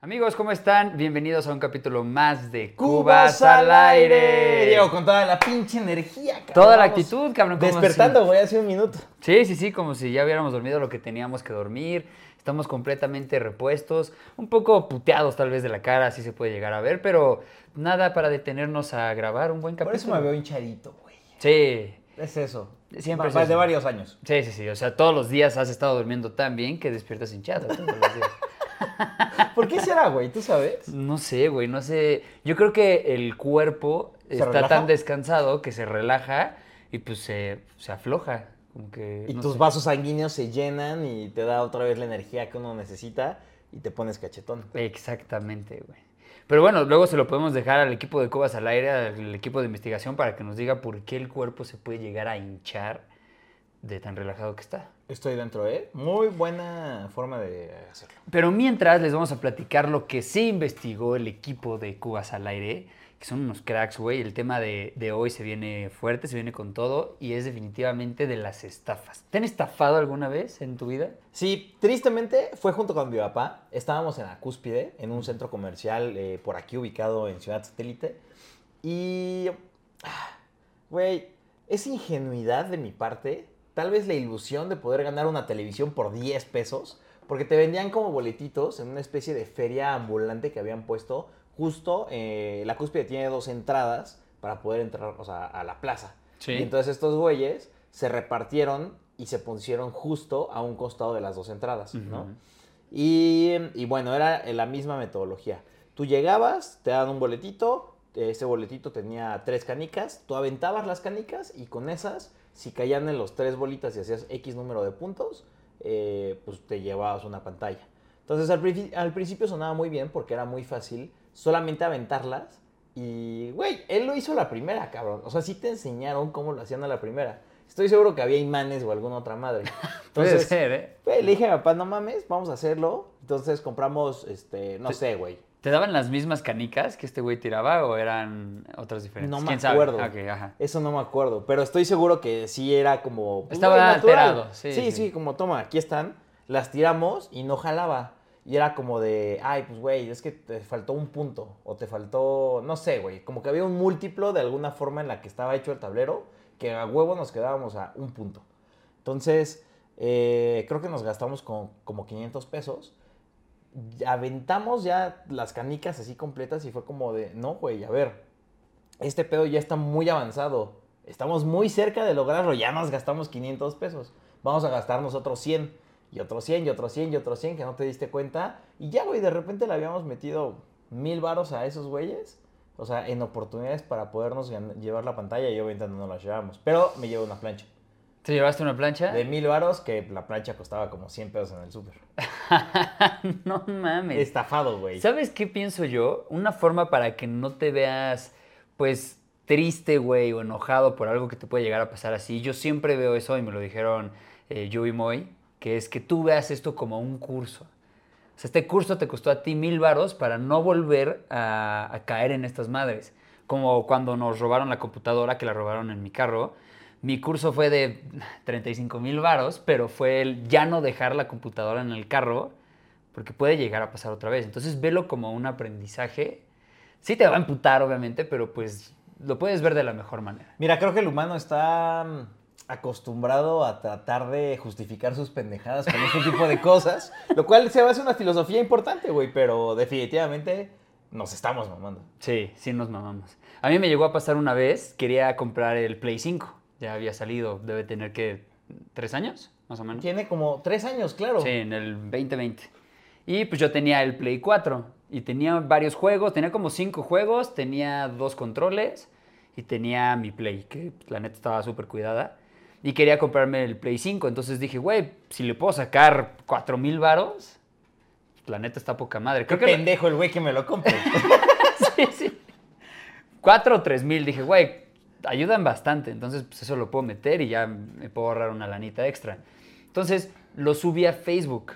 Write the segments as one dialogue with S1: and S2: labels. S1: Amigos, ¿cómo están? Bienvenidos a un capítulo más de
S2: Cubas al aire. Diego, con toda la pinche energía, cabrón.
S1: Toda la
S2: Vamos
S1: actitud, cabrón. como
S2: Despertando, güey, hace un minuto.
S1: si- sí, sí, sí, como si ya hubiéramos dormido lo que teníamos que dormir. Estamos completamente repuestos, un poco puteados tal vez de la cara, así se puede llegar a ver, pero nada para detenernos a grabar un buen
S2: Por
S1: capítulo.
S2: eso me veo hinchadito, güey.
S1: Sí,
S2: Es eso.
S1: Siempre
S2: Va-
S1: es
S2: va-
S1: eso.
S2: De varios años.
S1: sí, sí, sí. O sea, todos los días has estado durmiendo tan bien que despiertas hinchado. todos los días.
S2: ¿Por qué será, güey? ¿Tú sabes?
S1: No sé, güey, no sé. Yo creo que el cuerpo
S2: ¿Se
S1: está
S2: relaja?
S1: tan descansado que se relaja y pues se, se afloja. Como que.
S2: Y
S1: no
S2: tus
S1: sé.
S2: vasos sanguíneos se llenan y te da otra vez la energía que uno necesita y te pones cachetón.
S1: Exactamente, güey. Pero bueno, luego se lo podemos dejar al equipo de Cubas al aire, al equipo de investigación, para que nos diga por qué el cuerpo se puede llegar a hinchar de tan relajado que está.
S2: Estoy dentro, ¿eh? Muy buena forma de hacerlo.
S1: Pero mientras les vamos a platicar lo que sí investigó el equipo de Cubas al aire, que son unos cracks, güey. El tema de, de hoy se viene fuerte, se viene con todo y es definitivamente de las estafas. ¿Te han estafado alguna vez en tu vida?
S2: Sí, tristemente fue junto con mi papá. Estábamos en la cúspide, en un centro comercial eh, por aquí ubicado en Ciudad Satélite. Y. ah, Güey, es ingenuidad de mi parte. Tal vez la ilusión de poder ganar una televisión por 10 pesos. Porque te vendían como boletitos en una especie de feria ambulante que habían puesto justo. eh, la cúspide tiene dos entradas para poder entrar o sea, a la plaza.
S1: Sí.
S2: Y entonces estos güeyes se repartieron y se pusieron justo a un costado de las dos entradas, ¿no?
S1: Ujú.
S2: Y, y bueno, era la misma metodología. Tú llegabas, te daban un boletito, ese boletito tenía tres canicas, tú aventabas las canicas y con esas, si caían en los tres bolitas y hacías X número de puntos, eh, pues te llevabas una pantalla. Entonces al, princi- al principio sonaba muy bien porque era muy fácil solamente aventarlas y, güey, él lo hizo a la primera, cabrón. O sea, sí te enseñaron cómo lo hacían a la primera. Estoy seguro que había imanes o alguna otra madre.
S1: Puede
S2: Entonces,
S1: ser, ¿eh?
S2: Güey, le dije a mi papá, no mames, vamos a hacerlo. Entonces compramos, este, no
S1: Sí.
S2: sé, güey.
S1: ¿Te daban las mismas canicas que este güey tiraba o eran otras diferentes?
S2: No me
S1: ¿Quién sabe? Ah,
S2: acuerdo.
S1: Ok, ajá.
S2: Eso no me acuerdo, pero estoy seguro que sí era como... pues,
S1: Estaba
S2: güey, natural.
S1: alterado, sí,
S2: Sí,
S1: sí.
S2: sí, como toma, aquí están. Las tiramos y no jalaba. Y era como de, ay, pues güey, es que te faltó un punto. O te faltó, no sé, güey. Como que había un múltiplo de alguna forma en la que estaba hecho el tablero, que a huevo nos quedábamos a un punto. Entonces, eh, creo que nos gastamos con- como 500 pesos. Aventamos ya las canicas así completas y fue como de, no, güey, a ver, este pedo ya está muy avanzado. Estamos muy cerca de lograrlo, ya nos gastamos 500 pesos. Vamos a gastarnos otros 100 y otros 100 y otros 100 y otros 100 que no te diste cuenta. Y ya, güey, de repente le habíamos metido mil varos a esos güeyes. O sea, en oportunidades para podernos gan- llevar la pantalla y obviamente no nos la llevamos. Pero me llevo una plancha.
S1: ¿Te llevaste una plancha?
S2: De mil varos que la plancha costaba como 100 pesos en el súper.
S1: no mames.
S2: Este, Estafado, güey.
S1: ¿Sabes qué pienso yo? Una forma para que no te veas, pues, triste, güey, o enojado por algo que te puede llegar a pasar así. Yo siempre veo eso y me lo dijeron eh, Yu y Moy, que es que tú veas esto como un curso. O sea, este curso te costó a ti mil varos para no volver a, a caer en estas madres. Como cuando nos robaron la computadora, que la robaron en mi carro. Mi curso fue de 35 mil varos, pero fue el ya no dejar la computadora en el carro, porque puede llegar a pasar otra vez. Entonces, velo como un aprendizaje. Sí te va a emputar, obviamente, pero pues lo puedes ver de la mejor manera.
S2: Mira, creo que el humano está mm, acostumbrado a tratar de justificar sus pendejadas con este tipo de cosas, lo cual se basa en una filosofía importante, güey, pero definitivamente nos estamos mamando.
S1: Sí, sí nos mamamos. A mí me llegó a pasar una vez, quería comprar el Play 5. Ya había salido, debe tener que tres años, más o menos.
S2: Tiene como tres años, claro.
S1: Sí, en el 2020. Y pues yo tenía el Play 4 y tenía varios juegos, tenía como cinco juegos, tenía dos controles y tenía mi Play, que pues, la neta estaba súper cuidada. Y quería comprarme el Play 5, entonces dije, güey, si le puedo sacar 4 mil varos, pues, la neta está poca madre.
S2: Qué
S1: Creo que la-
S2: pendejo el güey que me lo compre.
S1: sí, sí. 4 o 3 mil, dije, güey, ayudan bastante. Entonces, pues eso lo puedo meter y ya me puedo ahorrar una lanita extra. Entonces, lo subí a Facebook.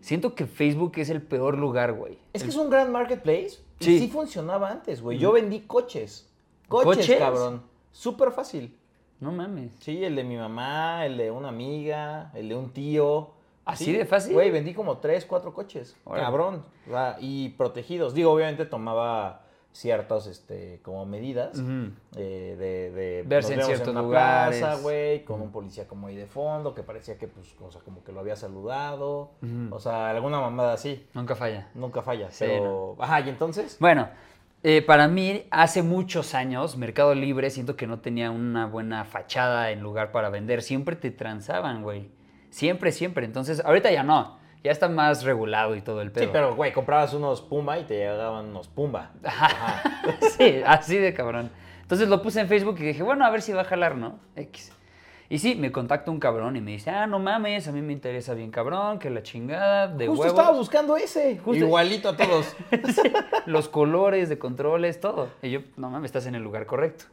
S1: Siento que Facebook es el peor lugar, güey.
S2: es que es un gran marketplace y
S1: Sí.
S2: sí, funcionaba antes, güey. Yo vendí coches. Coches,
S1: ¿Coches?
S2: cabrón. Súper fácil.
S1: No mames.
S2: Sí, el de mi mamá, el de una amiga, el de un tío.
S1: ¿Así
S2: Sí,
S1: de fácil?
S2: Güey, vendí como tres, cuatro coches.
S1: Órale.
S2: Cabrón. O sea, y protegidos. Digo, obviamente tomaba ciertas, este, como medidas.
S1: Ujú.
S2: eh, de, de
S1: Verse
S2: nos
S1: en
S2: vemos
S1: ciertos
S2: una
S1: lugares.
S2: plaza, güey, con un
S1: Ujú.
S2: policía como ahí de fondo, que parecía que, pues, o sea, como que lo había saludado.
S1: Ujú.
S2: O sea, alguna mamada así.
S1: Nunca falla.
S2: Nunca falla.
S1: Sí,
S2: pero. Ajá, y entonces.
S1: Bueno, eh, para mí hace muchos años Mercado Libre siento que no tenía una buena fachada en lugar para vender. Siempre te transaban, güey. Siempre, siempre. Entonces, ahorita ya no. Ya está más regulado y todo el pedo.
S2: Sí, pero, güey, comprabas unos Pumba y te llegaban unos Pumba.
S1: Ah,
S2: Ajá.
S1: sí, así de cabrón. Entonces lo puse en Facebook y dije, bueno, a ver si va a jalar, ¿no? X. Y sí, me contacta un cabrón y me dice, ah, no mames, a mí me interesa bien cabrón, que la chingada, de
S2: Justo
S1: huevo.
S2: estaba buscando ese.
S1: Justo-
S2: Igualito a todos.
S1: Sí, los colores de controles, todo. Y yo, no mames, estás en el lugar correcto.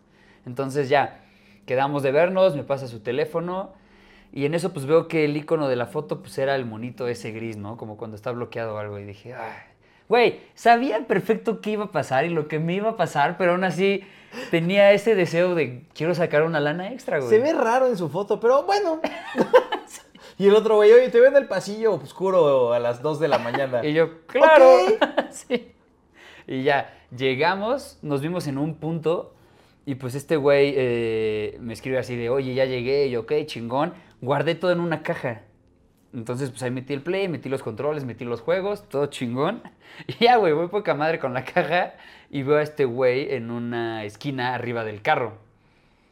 S1: Entonces ya, quedamos de vernos, me pasa su teléfono y en eso pues veo que el icono de la foto pues era el monito ese gris, ¿no? Como cuando está bloqueado o algo y dije, ay. Güey, sabía perfecto qué iba a pasar y lo que me iba a pasar, pero aún así tenía ese deseo de quiero sacar una lana extra, güey.
S2: Se ve raro en su foto, pero bueno. y el otro güey, oye, te veo en el pasillo oscuro a las 2 de la mañana.
S1: Y yo, claro. Sí. Y ya, llegamos, nos vimos en un punto y pues este güey eh, me escribe así de, oye, ya llegué, y yo, ok, chingón. Guardé todo en una caja. Entonces, pues ahí metí el play, metí los controles, metí los juegos, todo chingón. Y ya, güey, voy poca madre con la caja y veo a este güey en una esquina arriba del carro.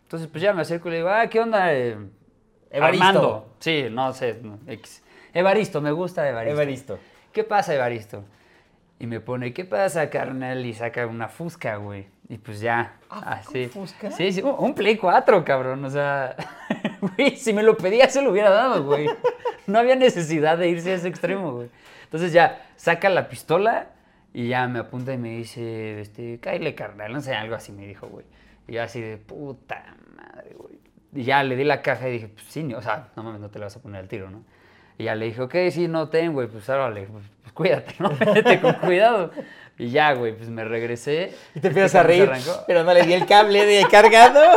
S1: Entonces, pues ya me acerco y le digo, ah, ¿qué onda? eh,
S2: Evaristo.
S1: Armando?". Sí, no sé, no, X. Evaristo, me gusta Evaristo.
S2: Evaristo.
S1: ¿Qué pasa, Evaristo? Y me pone, ¿qué pasa, carnal? Y saca una fusca, güey. Y pues ya.
S2: Ah, ¿fue
S1: así.
S2: con fusca?
S1: Sí, sí, un- un Play 4, cabrón. O sea, güey, si me lo pedía, se lo hubiera dado, güey. No había necesidad de irse a ese extremo, güey. Entonces ya, saca la pistola y ya me apunta y me dice, este, cállate, carnal. No sé, algo así me dijo, güey. Y yo así de puta madre, güey. Y ya le di la caja y dije, pues sí, o sea, no mames, no te la vas a poner al tiro, ¿no? Y ya le dije, ok, sí, no ten, güey, pues árale, pues, pues, cuídate, ¿no? Vete con cuidado. Y ya, güey, pues me regresé.
S2: Y
S1: Este
S2: te empiezas a
S1: cabrón se
S2: reír.
S1: arrancó.
S2: Pero no le di el cable de cargado.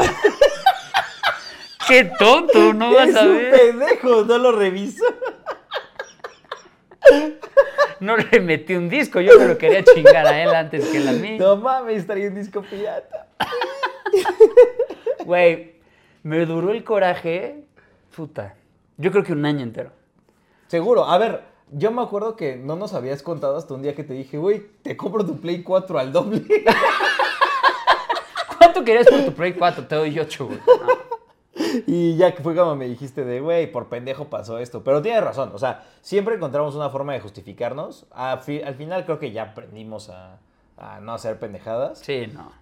S1: ¡Qué tonto! No vas
S2: es
S1: a
S2: un
S1: ver.
S2: pendejo, no lo reviso.
S1: No le metí un disco, yo me lo quería chingar a él antes que él a mí.
S2: No mames, traía un disco pirata.
S1: Güey, me duró el coraje, puta. Yo creo que un año entero.
S2: Seguro, a ver, yo me acuerdo que no nos habías contado hasta un día que te dije, güey, te compro tu Play 4 al doble.
S1: ¿Cuánto querías por tu Play 4? Te doy 8, güey. No.
S2: Y ya que fue como me dijiste de, güey, por pendejo pasó esto. Pero tienes razón, o sea, siempre encontramos una forma de justificarnos. A fi- al final creo que ya aprendimos a, a no hacer pendejadas.
S1: Sí, no.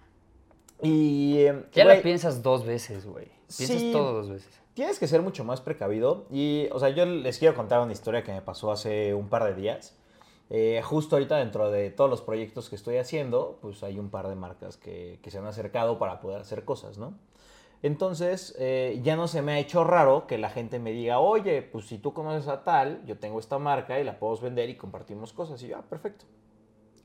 S2: Y, eh,
S1: Ya
S2: güey,
S1: la piensas dos veces, güey. Piensas
S2: Sí.
S1: todo dos veces.
S2: tienes que ser mucho más precavido. Y, o sea, yo les quiero contar una historia que me pasó hace un par de días. Eh, justo ahorita dentro de todos los proyectos que estoy haciendo, pues hay un par de marcas que, que se han acercado para poder hacer cosas, ¿no? Entonces, eh, ya no se me ha hecho raro que la gente me diga, oye, pues si tú conoces a tal, yo tengo esta marca y la podemos vender y compartimos cosas. Y yo, ah, perfecto.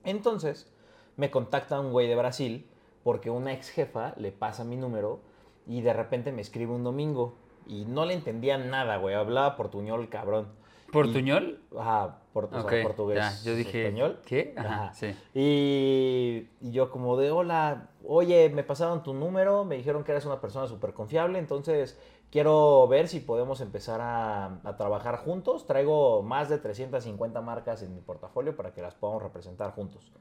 S2: Entonces, me contacta un güey de Brasil porque una ex jefa le pasa mi número y de repente me escribe un domingo y no le entendía nada, güey. Hablaba portuñol, cabrón.
S1: ¿Portuñol?
S2: Ajá, por, o sea,
S1: Ok,
S2: portugués.
S1: ya, yo dije,
S2: Español.
S1: ¿qué? Ajá, sí.
S2: Y, y yo como de, hola, oye, me pasaron tu número, me dijeron que eres una persona súper confiable, entonces quiero ver si podemos empezar a, a trabajar juntos. Traigo más de 350 marcas en mi portafolio para que las podamos representar juntos.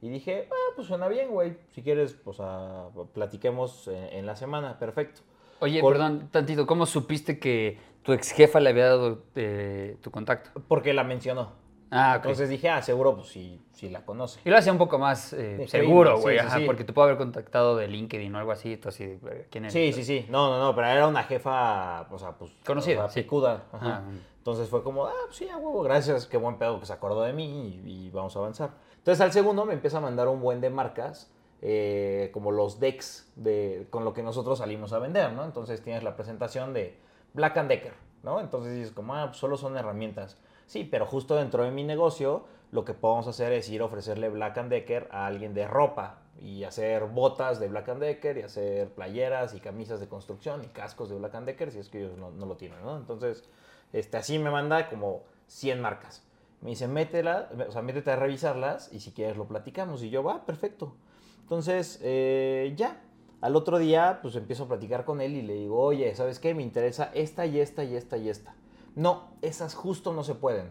S2: Y dije, ah, pues suena bien, güey. Si quieres, pues ah, platiquemos en, en la semana, perfecto.
S1: Oye,
S2: Por-
S1: perdón, tantito, ¿cómo supiste que tu ex jefa le había dado eh, tu contacto?
S2: Porque la mencionó.
S1: Ah, ok.
S2: Entonces dije, ah, seguro, pues si, si la conoce.
S1: y lo hacía un poco más eh,
S2: Increíble,
S1: seguro,
S2: sí,
S1: güey,
S2: sí,
S1: ajá,
S2: sí.
S1: porque te puedo haber contactado de LinkedIn o algo así, tú así, de, eh, ¿quién eres?
S2: Sí, sí, sí. No, no, no, pero era una jefa, o sea, pues.
S1: Conocida,
S2: o sea,
S1: sí.
S2: picuda. Ajá.
S1: Ah, mm.
S2: Entonces fue como, ah, pues sí, a huevo, gracias, qué buen pedo que se acordó de mí y, y vamos a avanzar. Entonces al segundo me empieza a mandar un buen de marcas, eh, como los decks de, con lo que nosotros salimos a vender, ¿no? Entonces tienes la presentación de Black and Decker, ¿no? Entonces dices, como, ah, pues solo son herramientas. Sí, pero justo dentro de mi negocio, lo que podemos hacer es ir a ofrecerle Black and Decker a alguien de ropa y hacer botas de Black and Decker y hacer playeras y camisas de construcción y cascos de Black and Decker si es que ellos no, no lo tienen, ¿no? Entonces, este, así me manda como 100 marcas. Me dice, métela, o sea, métete a revisarlas y si quieres lo platicamos. Y yo, va, perfecto. Entonces, eh, ya. Al otro día, pues empiezo a platicar con él y le digo, oye, ¿sabes qué? Me interesa esta y esta y esta y esta. No, esas justo no se pueden.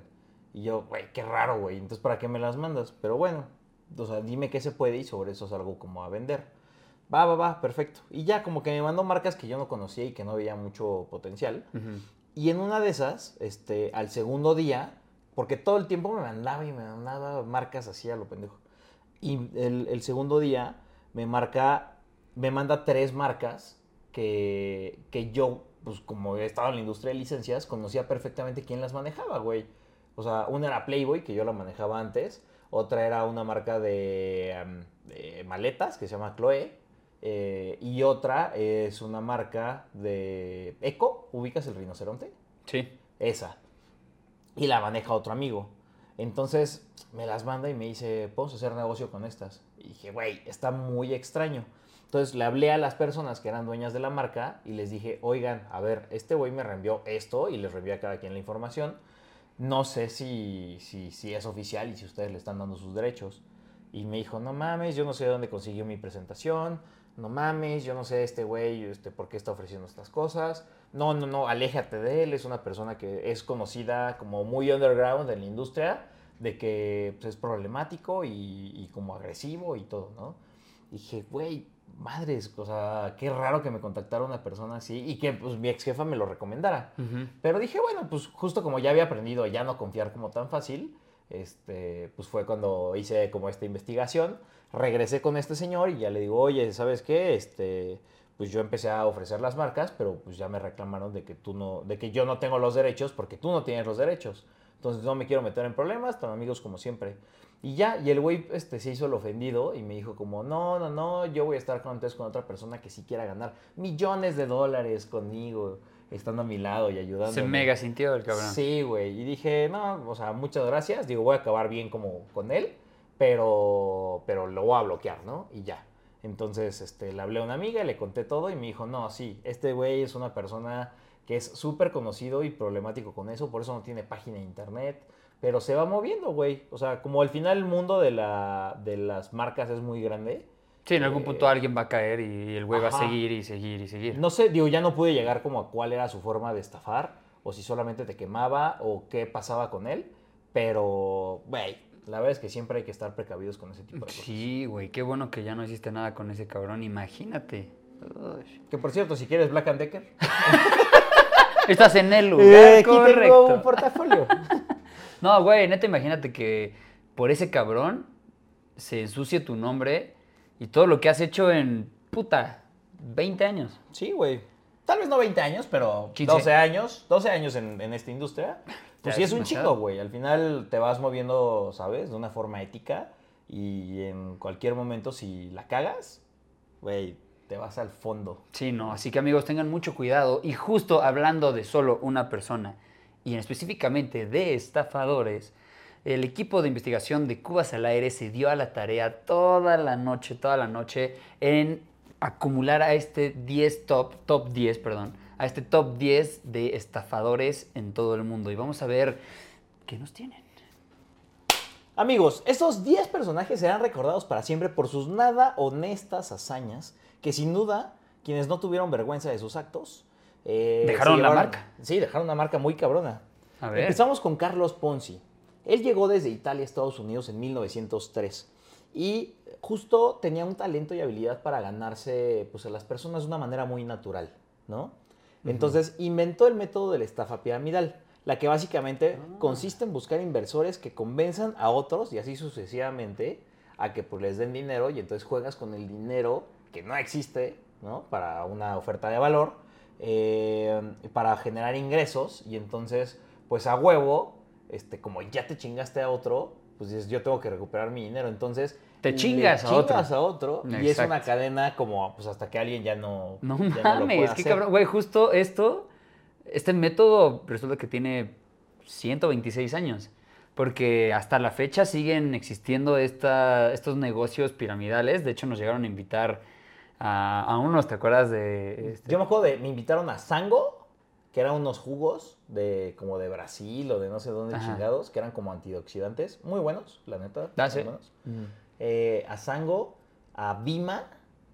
S2: Y yo, güey, qué raro, güey. Entonces, ¿para qué me las mandas? Pero bueno, o sea, dime qué se puede y sobre eso salgo como a vender. Va, va, va, perfecto. Y ya, como que me mandó marcas que yo no conocía y que no veía mucho potencial.
S1: Ujú.
S2: Y en una de esas, este, al segundo día, porque todo el tiempo me mandaba y me mandaba marcas así a lo pendejo. Y el, el segundo día me marca, me manda tres marcas que, que yo, pues como he estado en la industria de licencias, conocía perfectamente quién las manejaba, güey. O sea, una era Playboy, que yo la manejaba antes. Otra era una marca de, am, de maletas que se llama Chloe. eh, y otra es una marca de Eco. ¿Ubicas el rinoceronte?
S1: Sí.
S2: Esa. Y la maneja otro amigo. Entonces me las manda y me dice, podemos hacer negocio con estas. Y dije, güey, está muy extraño. Entonces le hablé a las personas que eran dueñas de la marca y les dije, oigan, a ver, este güey me reenvió esto y les reenvió a cada quien la información. No sé si, si, si es oficial y si ustedes le están dando sus derechos. Y me dijo, no mames, yo no sé de dónde consiguió mi presentación. No mames, yo no sé este güey, este, por qué está ofreciendo estas cosas. No, no, no, aléjate de él. Es una persona que es conocida como muy underground en la industria, de que pues, es problemático y, y como agresivo y todo, ¿no? Y dije, güey, madres, o sea, qué raro que me contactara una persona así y que pues, mi ex jefa me lo recomendara.
S1: Ujú.
S2: Pero dije, bueno, pues justo como ya había aprendido a ya no confiar como tan fácil, este, pues fue cuando hice como esta investigación, regresé con este señor y ya le digo, oye, ¿sabes qué? Este, pues yo empecé a ofrecer las marcas, pero pues ya me reclamaron de que tú no, de que yo no tengo los derechos porque tú no tienes los derechos. Entonces no me quiero meter en problemas, tan amigos como siempre. Y ya, y el güey este, se hizo el ofendido y me dijo como, no, no, no, yo voy a estar con, entonces con otra persona que sí quiera ganar millones de dólares conmigo, estando a mi lado y ayudándome.
S1: Se mega sintió el cabrón.
S2: Sí, güey. Y dije, no, o sea, muchas gracias. Digo, voy a acabar bien como con él, pero, pero lo voy a bloquear, ¿no? Y ya. Entonces, este, le hablé a una amiga, le conté todo y me dijo, no, sí, este güey es una persona que es súper conocido y problemático con eso, por eso no tiene página de internet, pero se va moviendo, güey. O sea, como al final el mundo de, la, de las marcas es muy grande,
S1: Sí, en algún
S2: Eh,
S1: punto alguien va a caer y, y el güey va
S2: ajá.
S1: a seguir y seguir y seguir.
S2: No sé, digo, ya no pude llegar como a cuál era su forma de estafar, o si solamente te quemaba, o qué pasaba con él, pero, güey, la verdad es que siempre hay que estar precavidos con ese tipo de cosas.
S1: Mm, Sí, güey, qué bueno que ya no hiciste nada con ese cabrón, imagínate. Uy.
S2: Que por cierto, si quieres Black and Decker,
S1: Estás en el lugar
S2: eh, aquí tengo un
S1: correcto.
S2: portafolio.
S1: No, güey, neta, imagínate que por ese cabrón se ensucie tu nombre y todo lo que has hecho en puta 20 años.
S2: sí, güey. Tal vez no 20 años, pero
S1: 15.
S2: 12 años, 12 años en, en esta industria.
S1: Ya
S2: Pues sí,
S1: es
S2: es un
S1: demasiado.
S2: chico, güey. Al final te vas moviendo, ¿sabes? De una forma ética y en cualquier momento, si la cagas, güey, te vas al fondo.
S1: Sí, no, así que amigos, tengan mucho cuidado. Y justo hablando de solo una persona, y específicamente de estafadores, el equipo de investigación de Cubas al Aire se dio a la tarea toda la noche, toda la noche, en acumular a este 10 top, top 10, perdón, a este top 10 de estafadores en todo el mundo. Y vamos a ver qué nos tienen.
S2: Amigos, estos 10 personajes serán recordados para siempre por sus nada honestas hazañas, que sin duda, quienes no tuvieron vergüenza de sus actos... eh,
S1: Dejaron
S2: se
S1: la marca.
S2: Sí, dejaron una marca muy cabrona.
S1: A ver.
S2: Empezamos con Carlos Ponzi. Él llegó desde Italia a Estados Unidos en 1903 y justo tenía un talento y habilidad para ganarse pues, a las personas de una manera muy natural, ¿no? Entonces inventó el método de la estafa piramidal, la que básicamente
S1: Ah.
S2: consiste en buscar inversores que convenzan a otros y así sucesivamente a que pues, les den dinero y entonces juegas con el dinero que no existe, ¿no? Para una oferta de valor, eh, para generar ingresos y entonces pues a huevo, este, como ya te chingaste a otro, pues dices, yo tengo que recuperar mi dinero, entonces...
S1: Te
S2: le
S1: chingas a otro.
S2: chingas a otro y es una
S1: Exacto.
S2: cadena como pues hasta que alguien ya no...
S1: No
S2: ya lo
S1: mames,
S2: pueda
S1: qué
S2: hacer.
S1: cabrón. Güey, justo esto, este método resulta que tiene 126 años. Porque hasta la fecha siguen existiendo esta, estos negocios piramidales. De hecho, nos llegaron a invitar a, a unos, ¿te acuerdas de...? este?
S2: Yo me acuerdo de, me invitaron a Sango que eran unos jugos de como de Brasil o de no sé dónde
S1: Ajá.
S2: chingados, que eran como antioxidantes, muy buenos, la neta.
S1: Ah,
S2: muy
S1: sí.
S2: buenos.
S1: Mm.
S2: Eh, a Sango, a Bima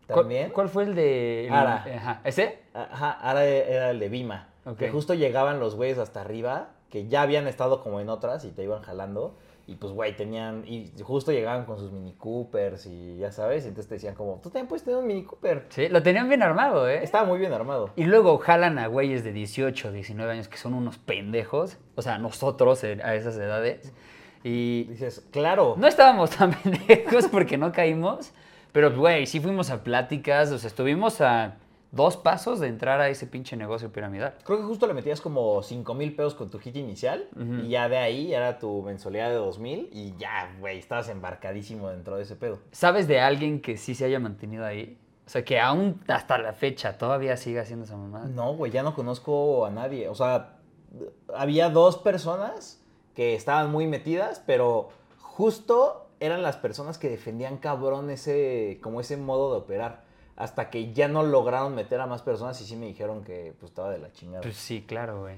S1: ¿Cuál-
S2: también.
S1: ¿Cuál fue el de. el-
S2: Ara.
S1: Ajá. ¿Ese?
S2: Ajá, ahora e-, era el de Bima.
S1: Ok.
S2: Que justo llegaban los güeyes hasta arriba, que ya habían estado como en otras y te iban jalando. Y pues, güey, tenían. Y justo llegaban con sus Mini Coopers y ya sabes. Y entonces te decían, como, tú también puedes tener un Mini Cooper.
S1: Sí, lo tenían bien armado, ¿eh?
S2: Estaba muy bien armado.
S1: Y luego jalan a güeyes de 18, 19 años que son unos pendejos. O sea, nosotros eh, a esas edades. Y
S2: Dices, claro.
S1: No estábamos tan pendejos porque no caímos, pero güey, sí fuimos a pláticas, o sea, estuvimos a dos pasos de entrar a ese pinche negocio piramidal.
S2: Creo que justo le metías como 5 mil pesos con tu hit inicial. Y ya de ahí era tu mensualidad de 2 mil. Y ya, güey, estabas embarcadísimo dentro de ese pedo.
S1: ¿Sabes de alguien que sí se haya mantenido ahí? O sea, que aún hasta la fecha todavía siga haciendo esa mamada.
S2: No, güey, ya no conozco a nadie. O sea, había dos personas que estaban muy metidas, pero justo eran las personas que defendían cabrón ese, como ese modo de operar. Hasta que ya no lograron meter a más personas y sí me dijeron que pues, estaba de la chingada.
S1: Pues sí, claro, güey.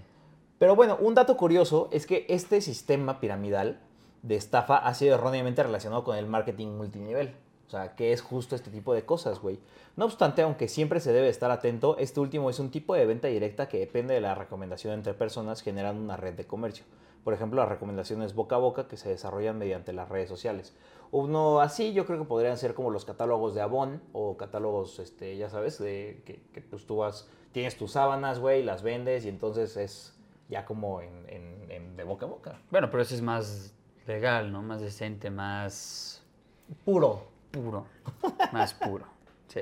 S2: Pero bueno, un dato curioso es que este sistema piramidal de estafa ha sido erróneamente relacionado con el marketing multinivel. O sea, que es justo este tipo de cosas, güey. No obstante, aunque siempre se debe estar atento, este último es un tipo de venta directa que depende de la recomendación entre personas generando una red de comercio. Por ejemplo, las recomendaciones boca a boca que se desarrollan mediante las redes sociales. Uno así yo creo que podrían ser como los catálogos de Avon o catálogos, este, ya sabes, de, que, que pues, tú vas, tienes tus sábanas, güey, las vendes y entonces es ya como en, en- en de boca a boca.
S1: Bueno, pero eso es más legal, ¿no? Más decente, más
S2: Puro.
S1: puro. Más puro. Sí.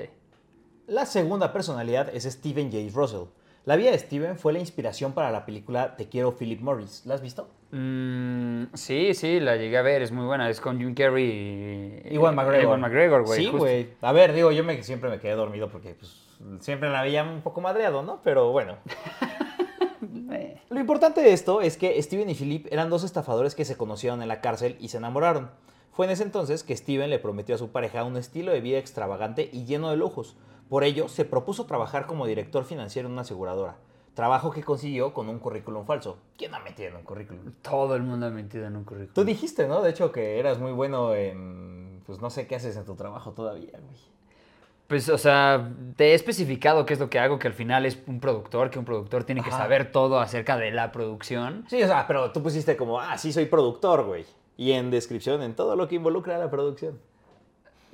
S2: La segunda personalidad es Steven J. Russell. La vida de Steven fue la inspiración para la película Te quiero Philip Morris. ¿La has visto?
S1: Mm, sí, sí, la llegué a ver, es muy buena. Es con Jim Carrey y
S2: Igual McGregor.
S1: eh, Ewan McGregor, güey.
S2: Sí,
S1: justo.
S2: güey. A ver, digo, yo me, siempre me quedé dormido porque pues, siempre la veía un poco madreado, ¿no? Pero bueno.
S1: Eh.
S2: Lo importante de esto es que Steven y Philip eran dos estafadores que se conocieron en la cárcel y se enamoraron. Fue en ese entonces que Steven le prometió a su pareja un estilo de vida extravagante y lleno de lujos. Por ello, se propuso trabajar como director financiero en una aseguradora. Trabajo que consiguió con un currículum falso. ¿Quién ha metido en un currículum?
S1: Todo el mundo ha mentido en un
S2: Tú
S1: currículum.
S2: dijiste, ¿no? De hecho, que eras muy bueno en... Pues no sé qué haces en tu trabajo todavía, güey.
S1: Pues, o sea, te he especificado qué es lo que hago, que al final es un productor, que un productor tiene que
S2: Ajá.
S1: saber todo acerca de la producción.
S2: Sí, o sea, pero tú pusiste como, ah, sí, soy productor, güey. Y en descripción, en todo lo que involucra la producción.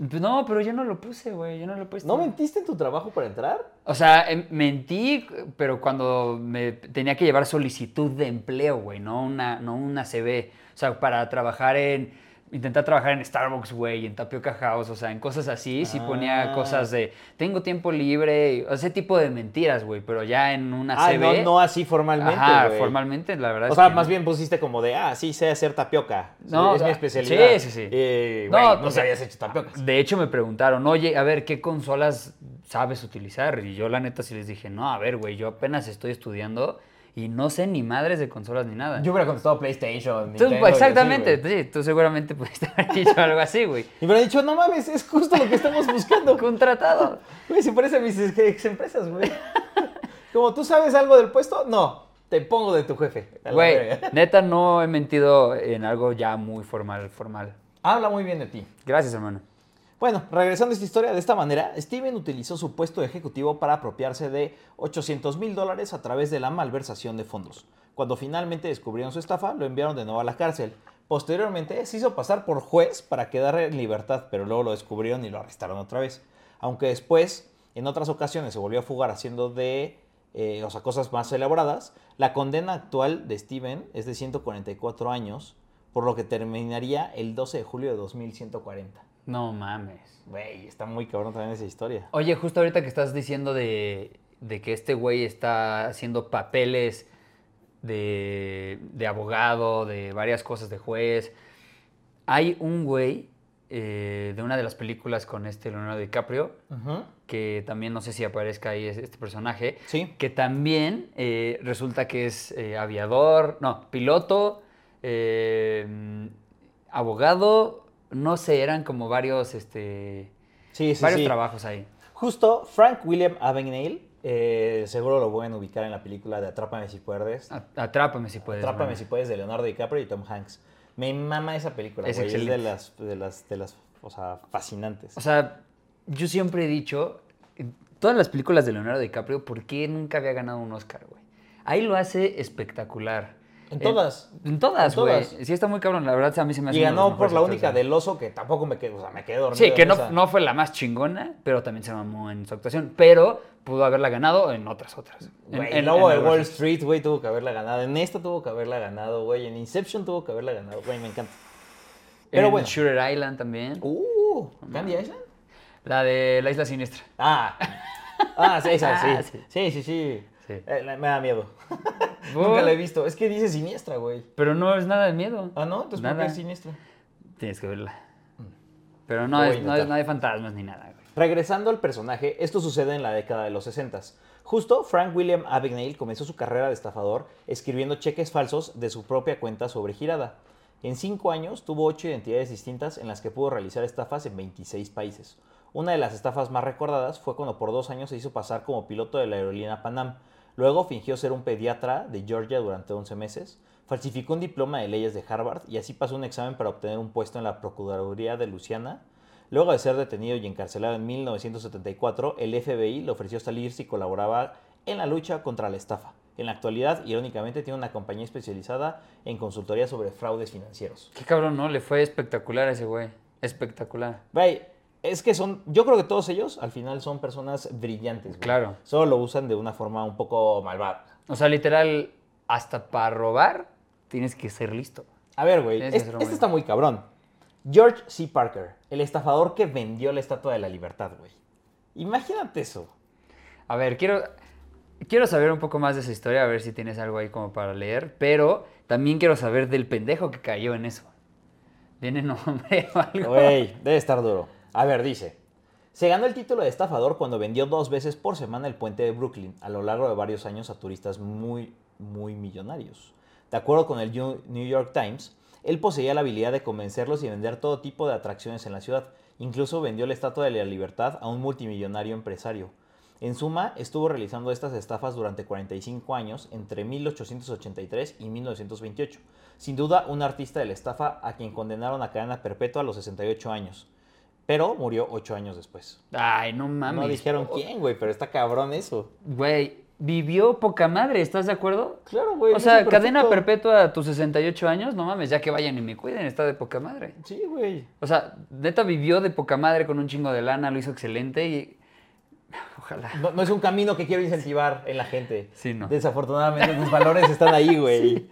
S1: Pues, No, pero yo no lo puse, güey, yo no lo puse.
S2: ¿No mentiste en tu trabajo para entrar?
S1: O sea, em- mentí, pero cuando me tenía que llevar solicitud de empleo, güey, no una, no una CV. O sea, para trabajar en. Intentar trabajar en Starbucks, güey, en Tapioca House, o sea, en cosas así, sí ponía
S2: Ah.
S1: cosas de tengo tiempo libre, o ese tipo de mentiras, güey, pero ya en una
S2: Ah, no,
S1: CV.
S2: no así formalmente,
S1: Ajá,
S2: güey.
S1: Ah, formalmente, la verdad.
S2: O
S1: es
S2: sea,
S1: que
S2: más
S1: no.
S2: bien pusiste como de, ah, sí, sé hacer tapioca.
S1: No,
S2: es
S1: o sea,
S2: mi especialidad.
S1: sí, sí, sí.
S2: Eh,
S1: No, pues,
S2: güey, no,
S1: o
S2: se
S1: sea,
S2: habías hecho tapioca.
S1: De hecho, me preguntaron, oye, a ver, ¿qué consolas sabes utilizar? Y yo, la neta, sí les dije, no, a ver, güey, yo apenas estoy estudiando y no sé ni madres de consolas ni nada.
S2: Yo hubiera contestado PlayStation.
S1: ah, Tú,
S2: Nintendo, y así,
S1: exactamente,
S2: güey.
S1: sí, tú seguramente pudiste haber dicho algo así, güey.
S2: Y me han dicho, no mames, es justo lo que estamos buscando.
S1: Contratado.
S2: Güey, se parece a mis ex- ex empresas, güey. Como tú sabes algo del puesto, no, te pongo de tu jefe. A la
S1: Güey,
S2: verga.
S1: neta, no he mentido en algo ya muy formal, formal.
S2: Habla muy bien de ti.
S1: Gracias, hermano.
S2: Bueno, regresando a esta historia, de esta manera, Steven utilizó su puesto de ejecutivo para apropiarse de 800 mil dólares a través de la malversación de fondos. Cuando finalmente descubrieron su estafa, lo enviaron de nuevo a la cárcel. Posteriormente, se hizo pasar por juez para quedar en libertad, pero luego lo descubrieron y lo arrestaron otra vez. Aunque después, en otras ocasiones, se volvió a fugar haciendo de eh, o sea, cosas más elaboradas. La condena actual de Steven es de 144 años, por lo que terminaría el 12 de julio de 2140.
S1: No mames.
S2: Güey, está muy cabrón también esa historia.
S1: Oye, justo ahorita que estás diciendo de, de que este güey está haciendo papeles de, de abogado, de varias cosas, de juez. Hay un güey eh, de una de las películas con este Leonardo DiCaprio, que también no sé si aparezca ahí es- este personaje,
S2: Sí.
S1: que también eh, resulta que es eh, aviador, no, piloto, eh, mm, abogado, no sé, eran como varios, este,
S2: Sí, sí,
S1: varios
S2: sí.
S1: trabajos ahí.
S2: Justo Frank William Abagnale Eh, seguro lo pueden ubicar en la película de Atrápame si puedes.
S1: A- Atrápame si puedes.
S2: Atrápame
S1: mano.
S2: si puedes de Leonardo DiCaprio y Tom Hanks. Me mama esa película,
S1: Es
S2: güey. Es, de
S1: excelente.
S2: las, de las, de las, o sea, fascinantes.
S1: O sea, yo siempre he dicho, en todas las películas de Leonardo DiCaprio, ¿por qué nunca había ganado un Oscar, güey? Ahí lo hace espectacular.
S2: En todas.
S1: En todas,
S2: En
S1: güey.
S2: todas.
S1: Sí está muy cabrón, la verdad a mí se me hace
S2: Eh, y
S1: uno de los
S2: ganó por
S1: mejores
S2: la
S1: actores,
S2: única
S1: güey.
S2: del oso que tampoco me quedé, o sea, me quedé dormido.
S1: Sí, que
S2: en
S1: no,
S2: esa.
S1: no fue la más chingona, pero también se mamó en su actuación. Pero pudo haberla ganado en otras, otras. En-
S2: Güey,
S1: en-
S2: el lobo
S1: en
S2: de Wall
S1: otras.
S2: Street, güey, tuvo que haberla ganado. En esta tuvo que haberla ganado, güey. En Inception tuvo que haberla ganado, güey, me encanta. Pero
S1: en
S2: bueno.
S1: Shooter Island también.
S2: Uh, ¿Candy Island?
S1: La de La Isla Siniestra.
S2: Ah, ah, sí, esa, sí.
S1: Ah, sí.
S2: sí. Sí, sí, sí.
S1: Sí.
S2: Eh, la- me da miedo. Nunca la he visto. Es que dice siniestra, güey.
S1: Pero no es nada de miedo.
S2: Ah, ¿no? Entonces, ¿por
S1: Nada.
S2: qué es siniestra?
S1: Tienes que verla. Pero no
S2: Mm. Lo voy a
S1: es, no, es,
S2: intentar.
S1: no hay fantasmas ni nada, güey.
S2: Regresando al personaje, esto sucede en la década de los 60. Justo Frank William Abagnale comenzó su carrera de estafador escribiendo cheques falsos de su propia cuenta sobre girada. En cinco años tuvo ocho identidades distintas en las que pudo realizar estafas en 26 países. Una de las estafas más recordadas fue cuando por dos años se hizo pasar como piloto de la aerolínea Panam. Luego fingió ser un pediatra de Georgia durante 11 meses, falsificó un diploma de leyes de Harvard y así pasó un examen para obtener un puesto en la Procuraduría de Luciana, Luego de ser detenido y encarcelado en 1974, el FBI le ofreció salir si colaboraba en la lucha contra la estafa. En la actualidad, irónicamente, tiene una compañía especializada en consultoría sobre fraudes financieros.
S1: Qué cabrón, ¿no? Le fue espectacular a ese güey. Espectacular.
S2: Güey, es que son, yo creo que todos ellos al final son personas brillantes. güey.
S1: Claro.
S2: Solo lo usan de una forma un poco malvada.
S1: O sea, literal, hasta para robar tienes que ser listo.
S2: A ver, güey,
S1: Tienes
S2: es-
S1: que
S2: este
S1: ser bueno.
S2: está muy cabrón. George C. Parker, el estafador que vendió la Estatua de la Libertad, güey. Imagínate eso.
S1: A ver, quiero, quiero saber un poco más de esa historia, a ver si tienes algo ahí como para leer, pero también quiero saber del pendejo que cayó en eso. ¿Viene nombre o algo?
S2: Güey, debe estar duro. A ver, dice. Se ganó el título de estafador cuando vendió dos veces por semana el puente de Brooklyn a lo largo de varios años a turistas muy, muy millonarios. De acuerdo con el Yo- New York Times, él poseía la habilidad de convencerlos y vender todo tipo de atracciones en la ciudad. Incluso vendió la Estatua de la Libertad a un multimillonario empresario. En suma, estuvo realizando estas estafas durante 45 años, entre 1883 y 1928. Sin duda, un artista de la estafa a quien condenaron a cadena perpetua a los 68 años. Pero murió 8 años después.
S1: Ay, no mames.
S2: no dijeron quién, güey, pero está cabrón eso.
S1: Güey, vivió poca madre, ¿estás de acuerdo?
S2: Claro, güey.
S1: o
S2: eso
S1: sea,
S2: es
S1: cadena
S2: perfecto.
S1: perpetua a tus 68 años, no mames, ya que vayan y me cuiden, está de poca madre.
S2: Sí, güey.
S1: O sea, neta vivió de poca madre con un chingo de lana, lo hizo excelente y. Ojalá.
S2: No, no es un camino que quiero incentivar en la gente.
S1: Sí, no.
S2: Desafortunadamente, los valores están ahí, güey.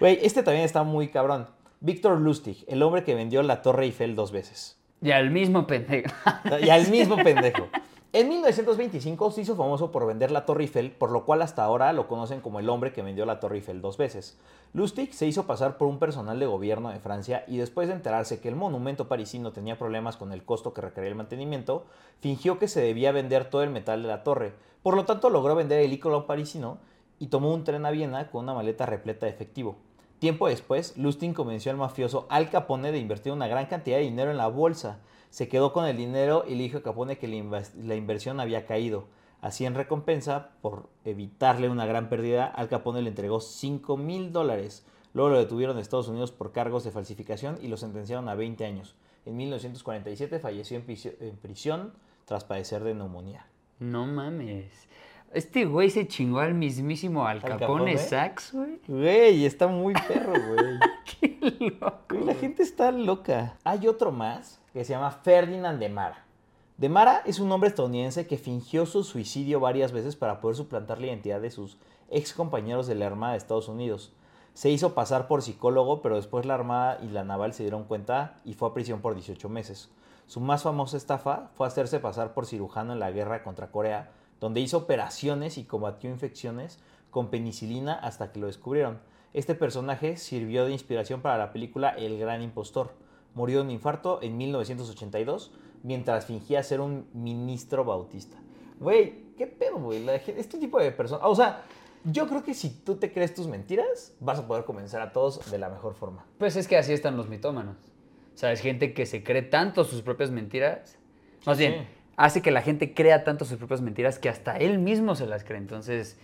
S2: Güey, este también está muy cabrón. Víctor Lustig, el hombre que vendió la Torre Eiffel dos veces.
S1: Y al mismo pendejo.
S2: Y al mismo pendejo. En 1925 se hizo famoso por vender la Torre Eiffel, por lo cual hasta ahora lo conocen como el hombre que vendió la Torre Eiffel dos veces. Lustig se hizo pasar por un personal de gobierno de Francia y después de enterarse que el monumento parisino tenía problemas con el costo que requería el mantenimiento, fingió que se debía vender todo el metal de la torre. Por lo tanto, logró vender el icono parisino y tomó un tren a Viena con una maleta repleta de efectivo. Tiempo después, Lustig convenció al mafioso Al Capone de invertir una gran cantidad de dinero en la bolsa. Se quedó con el dinero y le dijo a Capone que la, invas- la inversión había caído. Así en recompensa, por evitarle una gran pérdida, Al Capone le entregó 5 mil dólares. Luego lo detuvieron en Estados Unidos por cargos de falsificación y lo sentenciaron a 20 años. En 1947 falleció en prisio- en prisión tras padecer de neumonía.
S1: No mames. Este güey se chingó al mismísimo Al
S2: Al
S1: Capone,
S2: Capone.
S1: Sax, güey.
S2: Güey, está muy perro, güey.
S1: Qué loco.
S2: Güey, la gente está loca. Hay otro más que se llama Ferdinand de Mara. De Mara es un hombre estadounidense que fingió su suicidio varias veces para poder suplantar la identidad de sus ex compañeros de la Armada de Estados Unidos. Se hizo pasar por psicólogo, pero después la Armada y la Naval se dieron cuenta y fue a prisión por 18 meses. Su más famosa estafa fue hacerse pasar por cirujano en la guerra contra Corea, donde hizo operaciones y combatió infecciones con penicilina hasta que lo descubrieron. Este personaje sirvió de inspiración para la película El Gran Impostor. Murió de un infarto en 1982 mientras fingía ser un ministro bautista. Güey, qué pedo, güey. La gen- Este tipo de personas. O sea, yo creo que si tú te crees tus mentiras, vas a poder convencer a todos de la mejor forma.
S1: Pues es que así están los mitómanos. O sea, es gente que se cree tanto sus propias mentiras. Más
S2: Sí,
S1: bien,
S2: sí.
S1: hace que la gente crea tanto sus propias mentiras que hasta él mismo se las cree. Entonces,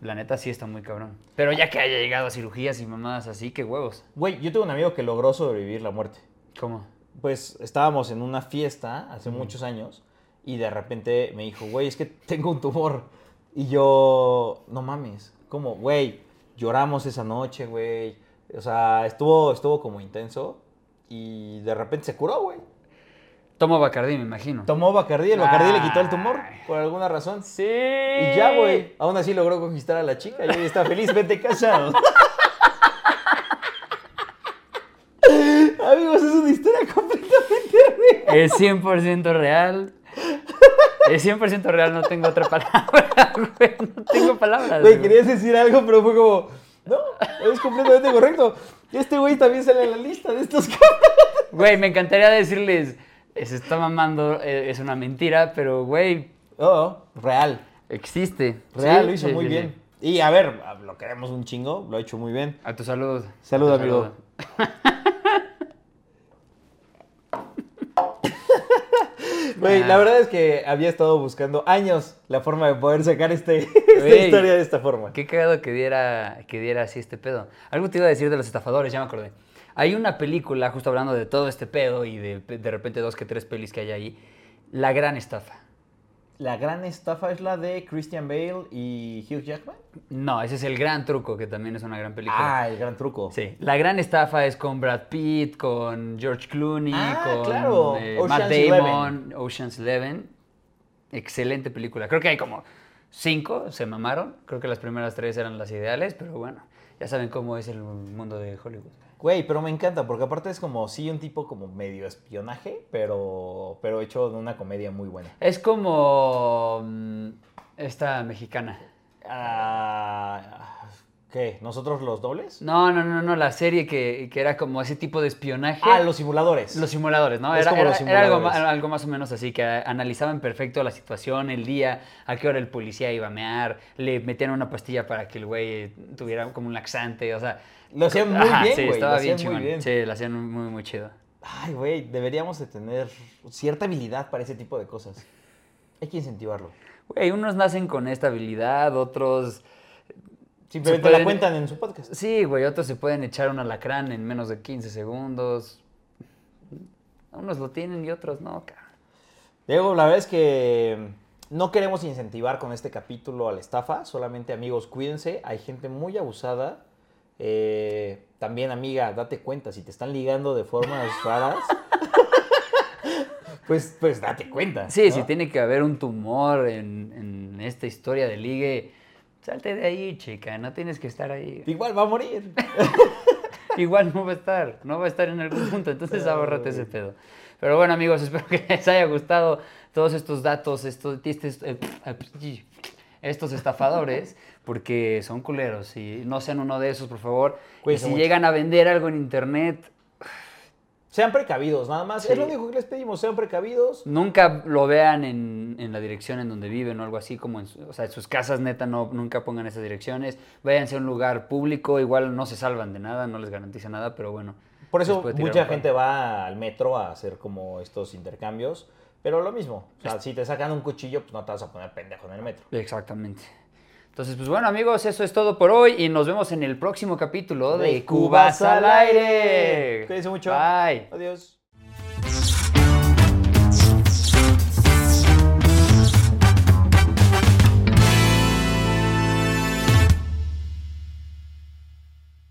S1: la neta sí está muy cabrón. Pero ya que haya llegado a cirugías y mamadas así, qué huevos.
S2: Güey, yo tengo un amigo que logró sobrevivir la muerte.
S1: ¿Cómo?
S2: Pues estábamos en una fiesta hace muchos años y de repente me dijo, güey, es que tengo un tumor. Y yo, no mames, ¿cómo? Güey, lloramos esa noche, güey. O sea, estuvo, estuvo como intenso y de repente se curó, güey.
S1: Toma Bacardí, me imagino.
S2: Tomó Bacardí, el Bacardí le quitó el tumor
S1: Ay.
S2: por alguna razón.
S1: sí.
S2: Y
S1: Eh.
S2: ya, güey. Aún así logró conquistar a la chica y hoy está feliz, vete casado. Amigos, es una historia completamente real.
S1: Es 100% real. Es 100% real, no tengo otra palabra, güey. No tengo palabras.
S2: Güey,
S1: güey.
S2: querías decir algo, pero fue como. No, es completamente correcto. Este güey también sale en la lista de estos cabrones.
S1: Güey, me encantaría decirles, se está mamando, eh, es una mentira, pero güey,
S2: Oh, real.
S1: existe.
S2: Real,
S1: Sí,
S2: lo hizo
S1: sí,
S2: muy
S1: sí,
S2: bien.
S1: sí.
S2: Y a ver, lo queremos un chingo, lo ha hecho muy bien.
S1: A tu salud.
S2: Salud,
S1: A tu
S2: amigo.
S1: salud.
S2: Güey,
S1: Ah.
S2: la verdad es que había estado buscando años la forma de poder sacar este, esta
S1: Güey.
S2: historia de esta forma.
S1: Qué cagado que diera, que diera así este pedo. Algo te iba a decir de los estafadores, ya me acordé. Hay una película, justo hablando de todo este pedo y de, de repente dos que tres pelis que hay ahí. La gran estafa.
S2: La gran estafa es la de Christian Bale y Hugh Jackman.
S1: No, ese es el gran truco, que también es una gran película.
S2: Ah, el gran truco.
S1: Sí, la gran estafa es con Brad Pitt, con George Clooney,
S2: Ah,
S1: con
S2: claro,
S1: eh,
S2: Ocean's
S1: Matt Damon, Ocean's Eleven. Excelente película. Creo que hay como cinco, se mamaron. Creo que las primeras tres eran las ideales, pero bueno, ya saben cómo es el mundo de Hollywood.
S2: Güey, pero me encanta porque aparte es como sí un tipo como medio espionaje, pero pero hecho de una comedia muy buena.
S1: Es como mm, esta mexicana.
S2: Ah, ¿Qué? ¿Nosotros los dobles?
S1: No, no, no, no, la serie que, que era como ese tipo de espionaje.
S2: Ah, los simuladores.
S1: Los simuladores, ¿no?
S2: Es
S1: Era,
S2: como
S1: era-
S2: los
S1: era algo, ma-
S2: simuladores.
S1: algo más o menos así, que a- analizaban perfecto la situación, el día, a qué hora el policía iba a mear, le metían una pastilla para que el güey tuviera como un laxante, o sea...
S2: Lo hacían muy
S1: Ajá,
S2: bien,
S1: sí,
S2: güey. lo
S1: estaba bien
S2: hacían muy
S1: chingón.
S2: bien.
S1: Sí, lo hacían muy, muy chido.
S2: Ay, güey, deberíamos de tener cierta habilidad para ese tipo de cosas. Hay que incentivarlo.
S1: Güey, unos nacen con esta habilidad, otros...
S2: Simplemente
S1: pueden-
S2: la cuentan en su podcast.
S1: Sí, güey, otros se pueden echar un alacrán en menos de 15 segundos. Unos lo tienen y otros no, cabrón.
S2: Diego, la verdad es que mm, no queremos incentivar con este capítulo a la estafa. Solamente, amigos, cuídense. Hay gente muy abusada. Eh, también, amiga, date cuenta. Si te están ligando de formas raras, pues, pues date cuenta.
S1: Sí,
S2: ¿no?
S1: si tiene que haber un tumor en, en esta historia de ligue, salte de ahí, chica, no tienes que estar ahí.
S2: Igual va a morir.
S1: Igual no va a estar, no va a estar en algún punto, entonces
S2: Ay.
S1: ahórrate ese pedo. Pero bueno, amigos, espero que les haya gustado todos estos datos, estos, estos, eh, estos estafadores, porque son culeros y no sean uno de esos, por favor. Y
S2: Cuídense
S1: si
S2: mucho.
S1: llegan a vender algo en internet,
S2: Sean precavidos, nada más.
S1: Sí.
S2: Es lo único que les pedimos. Sean precavidos.
S1: Nunca lo vean en, en la dirección en donde viven o algo así, como en, su- o sea, en sus casas, neta, no, nunca pongan esas direcciones. Váyanse a un lugar público, igual no se salvan de nada, no les garantiza nada, pero bueno.
S2: Por eso
S1: les puede tirar
S2: mucha
S1: un paro.
S2: gente va al metro a hacer como estos intercambios, pero lo mismo. O sea, si te sacan un cuchillo, pues no te vas a poner pendejo en el metro.
S1: Exactamente. Entonces, pues bueno, amigos, eso es todo por hoy y nos vemos en el próximo capítulo de,
S2: De
S1: Cubas
S2: Cubas
S1: al
S2: al
S1: aire.
S2: Aire. Cuídense mucho.
S1: Bye.
S2: Adiós.